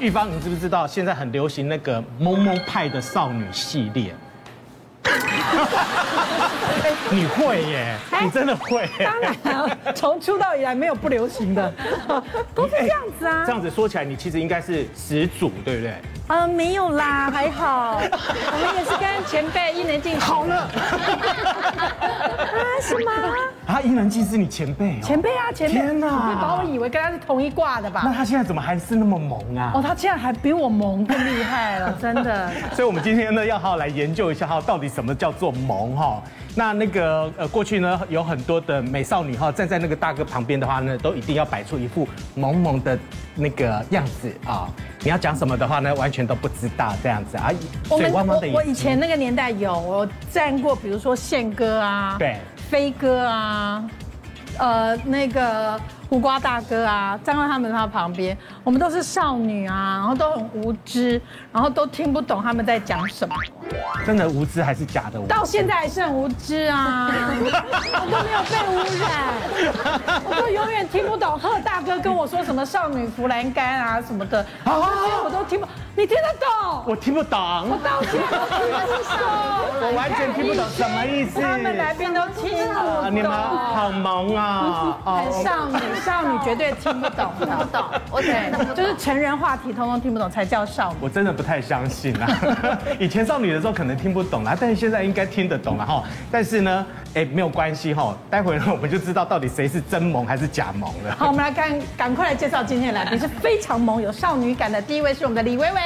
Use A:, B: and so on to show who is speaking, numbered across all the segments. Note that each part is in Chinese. A: 玉芳，你知不知道现在很流行那个萌萌派的少女系列？ 你会耶，
B: 哎
A: 你真的会耶。
B: 当然，啊从出道以来没有不流 行的，
C: 都是这样子啊。
A: 哎这样子说起来，你其实应该是始祖，对不对？
B: 啊
C: 呃，没有啦，还好，我们也是跟前辈伊能静。
A: 好了，
C: 啊，是 吗？
A: 啊，伊能静是你前辈哦。
B: 前辈啊，前辈，
A: 天哪
B: 你把我以为跟他是同一挂
A: 那
B: 的吧？
A: 她现在怎么还是那么萌啊？
B: 哦，他竟然还比我萌更厉害 了，
C: 真的，
A: 所以，我们今天呢，要好好来研究一下哈，到底什么叫做萌哈？那那个呃，过去呢，有很多的美少女哈，站在那个大哥旁边的话呢，都一定要摆出一副萌萌的那个样子啊。你要讲什么的话呢，完全都不知道这样子啊。
B: 我
A: 水
B: 们
A: 汪汪的
B: 我我
A: 眼睛，
B: 以前那个年代有，我站过，比如说宪哥啊，
A: 对
B: 飞哥啊，呃，那个胡瓜大哥啊，站到他们他旁边，我们都是少女啊，然后都很无知，然后都听不懂他们在讲什么，
A: 真的无知还是假的无知？
B: 到现在还是很无知啊，我都没有被污染，我都永远听不懂贺大哥跟我说什么少女弗兰干啊什么的，
A: 啊
B: 这些我都听不，你听得懂？
A: 我听不懂，
B: 我到现在都听不懂。
A: 我完全听不懂什么意思。
B: 他们来宾都听
A: 啊
B: 不
A: 你们
B: 懂，
A: 好萌啊！
B: 很少女，少女绝对听不懂的，不懂，我对，就是成人话题通通听不懂才叫少女。
A: 我真的不太相信啊。 以前少女的时候可能听不懂啊啦，但是现在应该听得懂了啊哈。但是呢，哎，没有关系哈，待会呢我们就知道到底谁是真萌还是假萌了。
B: 好，我们来赶赶快来介绍今天的来宾，是非常萌、有少女感的。第一位是我们的李薇薇，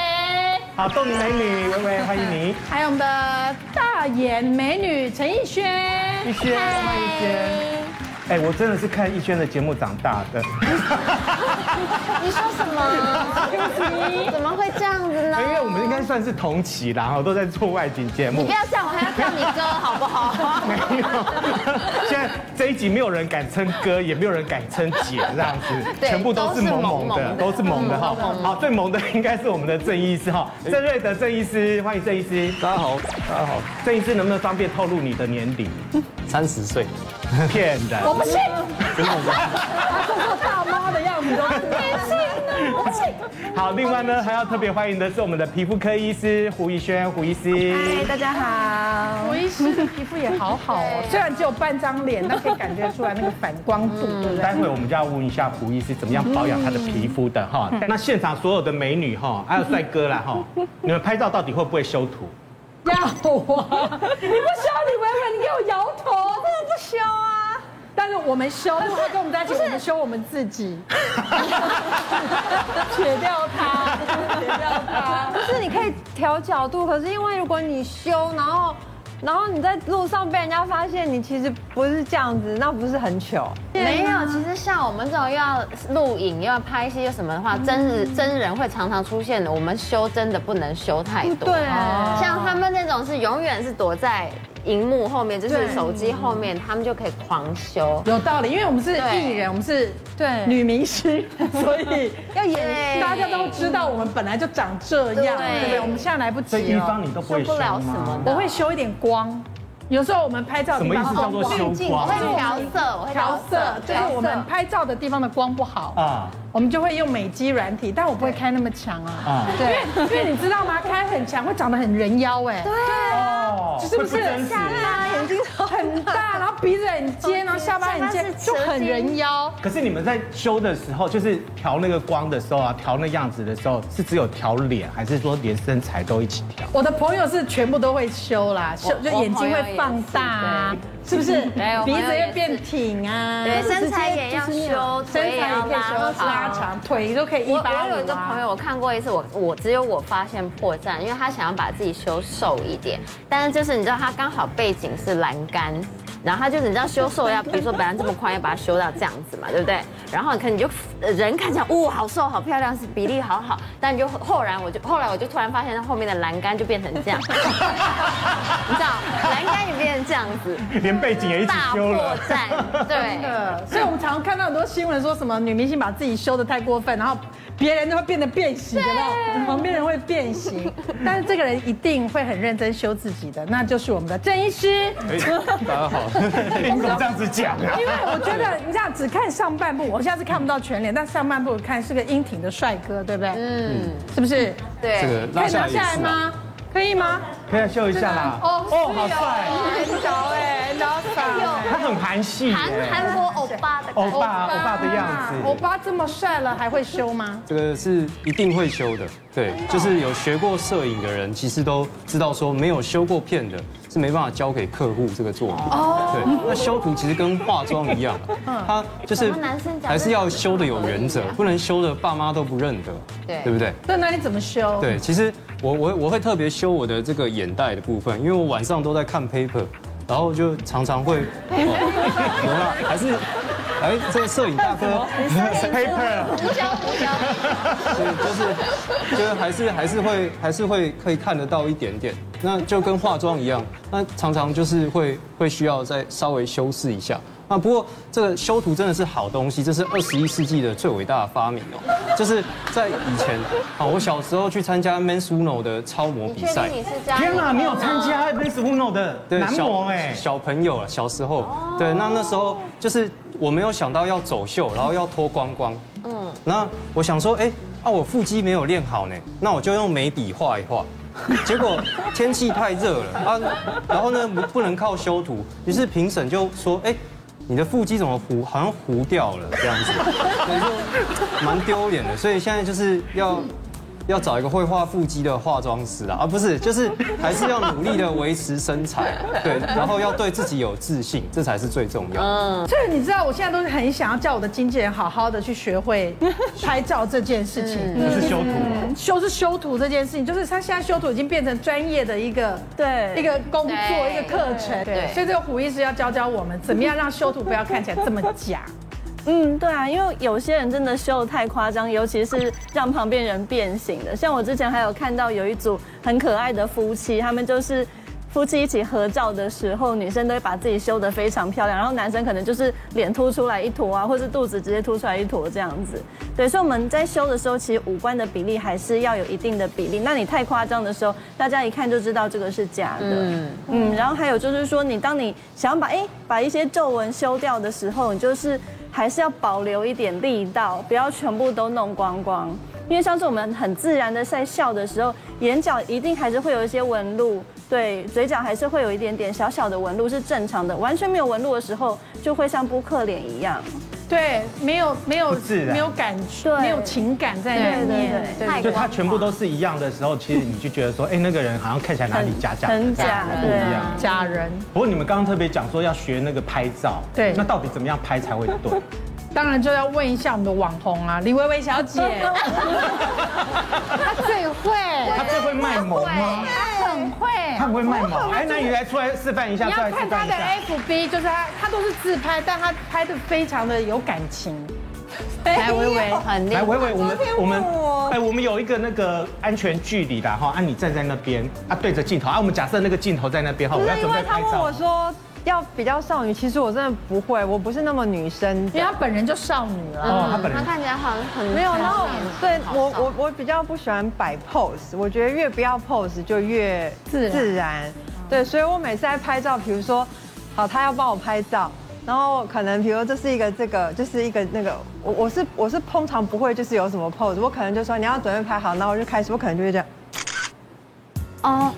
A: 好，冻龄美女微微，欢迎你。
B: 还有我们的大眼美女陈奕迅，
A: 奕迅欢迎奕迅哎，我真的是看逸轩的节目长大的。
D: 你说 什么？怎么会这样子呢？
A: 哎因为我们应该算是同期啦，哈，都在做外景节
D: 你
A: 目
D: 不。要像我，还要叫你哥好不好？
A: 没有， 现在这一集没有人敢称哥，也没有人敢称姐，这样子，
D: 对
A: 全部都是萌萌的，嗯都
D: 都
A: 是
D: 是
A: 萌
D: 萌萌的
A: 的哈。好，最萌的应该是我们的郑医师哈，郑瑞德郑医师，欢迎郑医师。
E: 大家好，大家好，
A: 郑医师能不能方便透露你的年龄？
E: 三十岁，
A: 骗人，
B: 我不信，他做做哦大妈的样子都是年轻呢，不信。
A: 好，另外呢还要特别欢迎的是我们的皮肤科医师胡逸轩，胡医师。
D: 大家好。
B: 吴医师 的皮肤也好好哦，虽然只有半张脸，但可以感觉出来那个反光度，
D: 嗯
B: 对不对
A: 待？会我们就要问一下胡医师怎么样保养她的皮肤的 哈。那现场所有的美女哈，还有帅哥啦哈，你们拍照到底会不会修图？
B: 要啊！你不修，你文文，你给我摇头，我真的不修啊！但是我们修，如果他跟我们在一起，我们修我们自 己，撇掉他，撇掉他。
D: 不是，你可以调角度，可是因为如果你修，然后。然后你在路上被人家发现，你其实不是这样子，那不是很糗。
F: 没有，其实像我们这种又要录影又要拍戏又什么的话，真人真人会常常出现的。我们修真的不能修太多，
B: 啊
D: 对，
F: 像他们那种是永远是躲在荧幕后面，就是
B: 对
F: 手机后面，他们就可以狂修。
B: 有道理，因为我们是
F: 对
B: 艺人，我们是
D: 对
B: 女明星， 所以
F: 要演
B: 大家都知道我们本来就长这样，
F: 对
B: 对不对？我们现在来不及
A: 所
B: 了。
A: 以一方你都不会修
F: 受不了什么
A: 吗？
F: 的
B: 我会修一点光，有时候我们拍照的地方
A: 什么意思叫做
B: 光
A: 修光
F: 我会调色，我会
B: 调色，就是
F: 调
B: 我们拍照的地方的光不好
A: 啊
B: 啊，我们就会用美肌软体，但我不会开那么强啊，
A: 啊，
B: 因为因为你知道吗？开很强会长得很人妖哎，
A: 哦，
B: 是不是
A: 会真实？
D: 啊，眼睛都
B: 很大，然后鼻子很尖，然后下巴很尖，就
F: 下巴是
B: 很人妖。
A: 可是你们在修的时候，就是调那个光的时候啊，调那样子的时候，是只有调脸，还是说连身材都一起调？
B: 我的朋友是全部都会修啦，修就眼睛会放大啊，是不是？
F: 对我
B: 鼻
F: 朋友也是
B: 子会变挺啊，
F: 对身材
B: 就是
F: 也要
B: 就是那种身
F: 修
B: 材
F: 腿也
B: 也
F: 要
B: 可以修
F: 拉好
B: 拉长，腿都可以一
F: 我
B: 八
F: 我
B: 五啊
F: 有一个朋友，我看过一次，我我只有我发现破绽，因为他想要把自己修瘦一点，但是就是你知道他刚好背景是栏杆。然后他就是你知道修瘦要，比如说本来这么宽，要把它修到这样子嘛，对不对？然后你看你就呃人看起来，哇、好瘦，好漂亮，是比例好好。但你就后来我就后来我就突然发现，他后面的栏杆就变成这样，你知道，栏杆也变成这样子，
A: 连背景也一起
F: 大
A: 修
F: 破
A: 了。
F: 绽，对。
B: 呃所以我们常常看到很多新闻说什么女明星把自己修的太过分，然后别人都会变得变形的那种，旁边人会变形，但是这个人一定会很认真修自己的，那就是我们的郑医师。
E: 哎大家好，
A: 你怎么这样子讲 啊？
B: 因为我觉得你这样只看上半部，我下次看不到全脸，但上半部看是个英挺的帅哥，对不对？嗯，是不是？
F: 对，
E: 这个
B: 可
E: 拉
B: 以
E: 下
B: 拿
E: 也
B: 下来
E: 是啊嘛，
B: 吗？可以吗？
A: 可以秀一下啦。
B: 哦
A: 哦，好帅，
B: 很熟
F: 欸
B: 哎，老板。
A: 他很韩系耶，
F: 韩韩国欧巴的
A: 欧
F: 感觉，
A: 巴欧巴的样
B: 欧
A: 子。
B: 巴这么帅了，还会修吗？
E: 这个是一定会修的。
B: 哦
E: 对，就是有学过摄影的人，其实都知道说没有修过片的是没办法交给客户这个作品。哦，对，那修图其实跟化妆一样，
B: 嗯
E: 它就是
F: 咱们男生讲
E: 还是要修的有原则，不能修的爸妈都不认得，
F: 对
E: 对不对？
B: 对，那你怎么
F: 哦
B: 修？
E: 对，其实我我我会特别修我的这个眼袋的部分，因为我晚上都在看 paper，然后就常 常会，哦有啦，还是，哎，这个摄影大哥，
A: Paper，
F: 胡椒胡椒，
E: 对，就是就是还是还是会还是会可以看得到一点点，那就跟化妆一样，那常常就是会会需要再稍微修饰一下。啊，不过这个修图真的是好东西，这是二十一世纪的最伟大的发明哦。就是在以前，啊，我小时候去参加 Men's Uno 的超模
F: 你
E: 比
F: 确
E: 赛
F: 定，你是家？
A: 天哪，你有参？
F: 哦
A: 加 b e s t Uno 的
E: 对，
A: 男模哎？
E: 小朋友了，小时候，对，那那时候就是我没有想到要走秀，然后要脱光光，嗯，那我想说，哎，啊，我腹肌没有练好呢，那我就用眉笔画一画。结果天气太热了啊，然后呢不不能靠修图，于是评审就说，哎，你的腹肌怎么糊，好像糊掉了这样子，所以就蛮丢脸的，所以现在就是要。要找一个会画腹肌的化妆师啊，啊不是，就是还是要努力的维持身材，对，然后要对自己有自信，这才是最重要的。
B: 这个你知道，我现在都是很想要叫我的经纪人好好的去学会拍照这件事情。嗯
A: 不是修图，
B: 修是修图这件事情，就是他现在修图已经变成专业的一个
C: 对
B: 一个工作
F: 对
B: 一个课程，
F: 对
B: 所以这个胡医师要教教我们，怎么样让修图不要看起来这么假。
C: 嗯，对啊，因为有些人真的修的太夸张，尤其是让旁边人变形的。像我之前还有看到有一组很可爱的夫妻，他们就是夫妻一起合照的时候，女生都会把自己修得非常漂亮，然后男生可能就是脸凸出来一坨啊，或是肚子直接凸出来一坨这样子。对，所以我们在修的时候，其实五官的比例还是要有一定的比例。那你太夸张的时候，大家一看就知道这个是假的。嗯，然后还有就是说，你当你想要把哎把一些皱纹修掉的时候，你就是还是要保留一点力道，不要全部都弄光光。因为像是我们很自然的在笑的时候，眼角一定还是会有一些纹路，对，嘴角还是会有一点点小小的纹路是正常的。完全没有纹路的时候，就会像扑克脸一样。
B: 对，没有没有
A: 不自然
B: 没有感觉，
C: 对
B: 没有情感在里面。
C: 对对
B: 对
F: 太
A: 就
F: 光滑
A: 他全部都是一样的时候，其实你就觉得说，哎，那个人好像看起来哪里假假的，
C: 很假
A: 不一样。
D: 啊
B: 假人，
A: 不过你们刚刚特别讲说要学那个拍照，
B: 对
A: 那到底怎么样拍才会对？
B: 当然就要问一下我们的网红啊，李薇薇小姐，
F: 他最会，
A: 他最会卖萌吗？
B: 很会。
A: 他很会卖萌，哎，那你来出来示范一下，
B: 你
A: 出
B: 要
A: 来示
B: 看她
A: 范一
B: 的
A: 下。
B: FB，就是她，她都是自拍，但她拍的非常的有感情。来，薇 薇，
F: 哎很厉
A: 来，
F: 害。
A: 伟伟，我们我们
D: 我
A: 哎，我们有一个那个安全距离的哈，啊，你站在那边，啊，对着镜头，啊，我们假设那个镜头在那边哈，
D: 不
A: 我
D: 是
A: 要
D: 因
A: 准备
D: 为他
A: 拍
D: 问
A: 照
D: 我。说要比较少女，其实我真的不会，我不是那么女生
B: 因为
D: 的。
B: 她本人就少女了。
A: 哦，他本
F: 嗯他
D: 嗯
A: 人
F: 看起来很很
D: 没有，然后对
F: 好
D: 我
F: 笑
D: 我我比较不喜欢摆 pose，我觉得越不要 pose 就越
B: 自然
D: 自然。对，所以我每次在拍照，比如说，好，他要帮我拍照，然后可能比如说这是一个这个，就是一个那个，我我是 我是通常不会就是有什么 pose，我可能就说你要准备拍好，那我就开始，我可能就会这样。
F: 哦，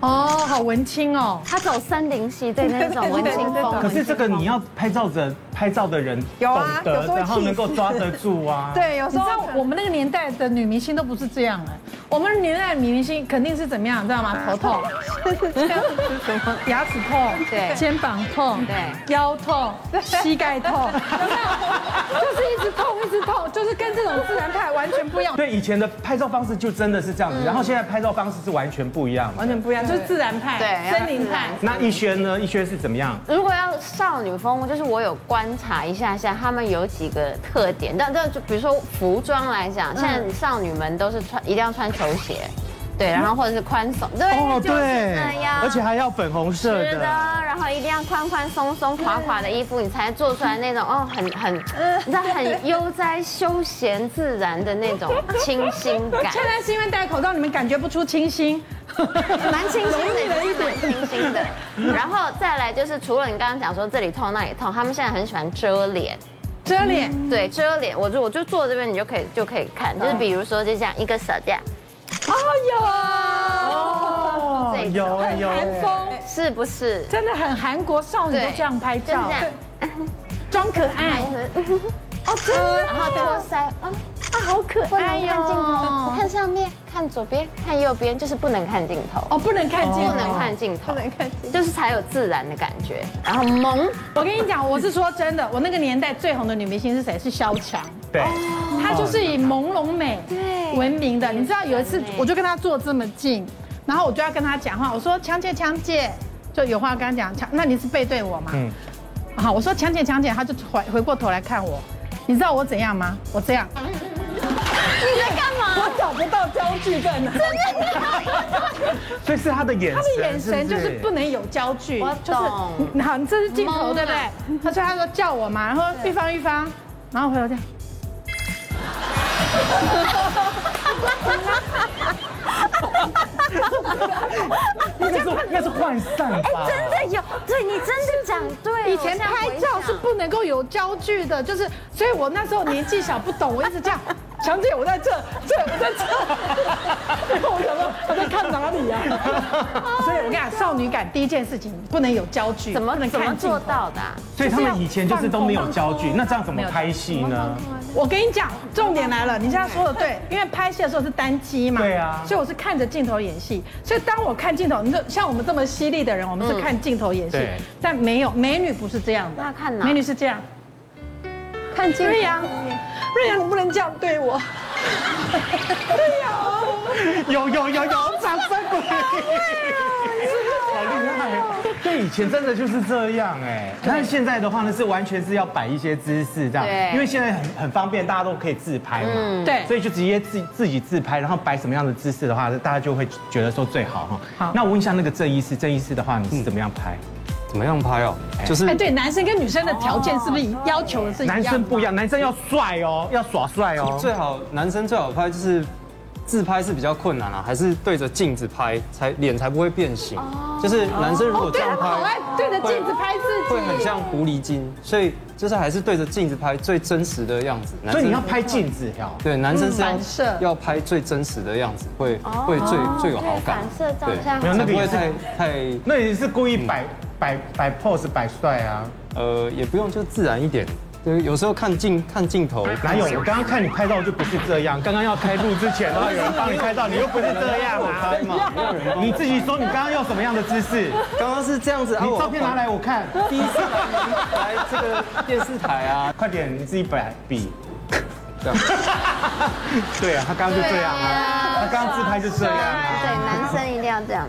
B: 哦，好文青哦。
F: 他走森林系对那种文青风，
A: 可是这个你要拍照者拍照的人
D: 有啊
A: 懂得
D: 有时候会
A: 然后能够
D: 气死
A: 抓得住啊。，
D: 对，有
B: 你
D: 时
B: 知
D: 候
B: 道
D: 可能
B: 我们那个年代的女明星都不是这样哎，我们年代的女明星肯定是怎么样，你知道吗？头痛，牙齿痛，
F: 对
B: 肩膀痛，
F: 对，
B: 腰痛，膝盖痛，有没有就是一直痛，一直痛，就是跟这种自然派完全不一样，
A: 对，以前的拍照方式就真的是这样子，然后现在拍照方式是嗯完全不一样的。
D: 完全不一样，
B: 就
D: 就是
B: 是自然派，
F: 对
B: 森林派，
A: 那逸轩呢？逸轩是怎么样？
F: 如果要少女风，就是我有观察一下下，他们有几个特嗯点。但但就比如说服装来讲，现在少女们都是穿一定要穿球鞋，对，然后或者是宽松，对，就是那样，
A: 哦而且还要粉红色
F: 是的，
A: 的。
F: 然后一定要宽宽松松、垮垮的衣服，你才做出来那种哦，很很，你知道很悠哉、休闲、自然的那种清 新感，
B: 现在是因为戴口罩，你们感觉不出清新，
F: 蛮清新的，也是蛮清新的。然后再来就是，除了你刚刚讲说这里痛那里痛，他们现在很喜欢遮脸。嗯
B: 遮脸。
F: 对，遮脸，我就我就坐这边，你就可以就可以看，就是比如说就这样一个手这样，
B: 哎
A: 哦
F: 对
A: 有哎有哎
B: 啊韩风
F: 是不是？
B: 真的很韩国少女都这样拍
F: 就是
B: 照
F: 这，样，
B: 装可爱。
F: 哦，真的，然后托腮，啊啊，好可爱哟！看镜头，看上面，看左边，看右边，就是不能看镜头，
B: 哦，不能看
F: 不
B: 见，
F: 能看镜头，不能看镜头，就是才有自然的感觉，然后萌，
B: 我跟你讲，我是说真的，我那个年代最红的女明星是谁？是萧蔷，
A: 对，
B: 她就是以朦胧美闻名的。你知道有一次，我就跟她坐这么近，然后我就要跟她讲话，我说：“强姐，强姐，就有话跟她讲。强，那你是背对我嘛？”
A: 嗯
B: 好，我说：“强姐，强姐。”她就回回过头来看我，你知道我怎样吗？我这样。
F: 你在干嘛？
B: 我找不到焦距在哪。
A: 所以是他的眼神，
B: 他的眼神就是不能有焦距，
F: 我
B: 就是
F: 懂
B: 你好，你这是镜
F: 懵
B: 头
F: 啊
B: 对不对？他说他说叫我嘛，然后玉芳玉芳，然后回头这样。
A: 应该是应该是涣散吧？
F: 哎真的有，对你真的讲对，
B: 以前拍照是不能够有焦距的，就是，所以我那时候年纪小不懂，我一直这样，强姐我在这，这我在这，然后我想说我在看哪里呀、啊？所以我跟你讲，少女感第一件事情不能有焦距，
F: 怎
B: 不
F: 么
B: 能
F: 怎么
B: 看镜头
F: 做到的啊？
A: 所以他们以前就是都没有焦距，那这样怎么
B: 没有
A: 拍戏呢？
B: 我跟你讲，重点来了，你现在说的 对，因为拍戏的时候是单机嘛，
A: 对啊
B: 所以我是看着镜头演戏，所以当我看镜头，你就像我们这么犀利的人，我们是看镜头演戏
A: 对，
B: 但没有美女不是这样的，
F: 那看哪
B: 美女是这样，看镜瑞阳，瑞阳你不能这样对 我，啊
A: 有有有有，掌声鼓励！好厉害！对，以前真的就是这样哎，但是现在的话呢，是完全是要摆一些姿势这样，
F: 对
A: 因为现在很很方便，大家都可以自拍嘛，
B: 对
A: 所以就直接自自己自拍，然后摆什么样的姿势的话，大家就会觉得说最好哈。
B: 好
A: 那我问一下那个郑医师，郑医师的话，你是怎么样拍？
E: 怎么样拍哦？就是
B: 哎，对，男生跟女生的条件是不
F: 哦
B: 是要求的是一样？
A: 男生不一，样，男生要帅哦，要耍帅哦。
E: 最好男生最好拍就是自拍是比较困难啊，还是对着镜子拍才脸才不会变形。就是男生如
B: 哦
E: 果，这
B: 对他
E: 样
B: 们好爱
E: 拍，
B: 对着镜子拍自
E: 会
B: 己，
E: 很像狐狸精，所以就是还是对着镜子拍最真实的样子。男
A: 所以
E: 生
A: 你要拍镜子哦。
E: 对男生是
B: 嗯反射
E: 要要拍最真实的样子，会会最最有好
F: 哦反。
E: 感
F: 射照
E: 对
F: 相
A: 没，有那个
E: 才不
A: 也
E: 会
A: 是
E: 太太
A: 那也是故意摆摆摆 pose 摆帅啊。
E: 呃，也不用就自然一点。对，有时候看镜看镜头，
A: 哪有？我刚刚看你拍照就不是这样。刚刚要开录之前，然后有人帮你拍照，你又不是这样啊
E: 拍。 嘛，没有人帮我
A: 你自己说你刚刚用什么样的姿势？
E: 刚刚是这样子啊，
A: 你
E: 我
A: 照片拿来我看，
E: 第一次来来这个电视台啊，
A: 快点你自己摆比。
E: 这样
A: 对啊，他刚刚就这样
F: 对
A: 啊
F: 啊，
A: 他刚刚自拍就这样啊。
F: 对，男生一定要这样。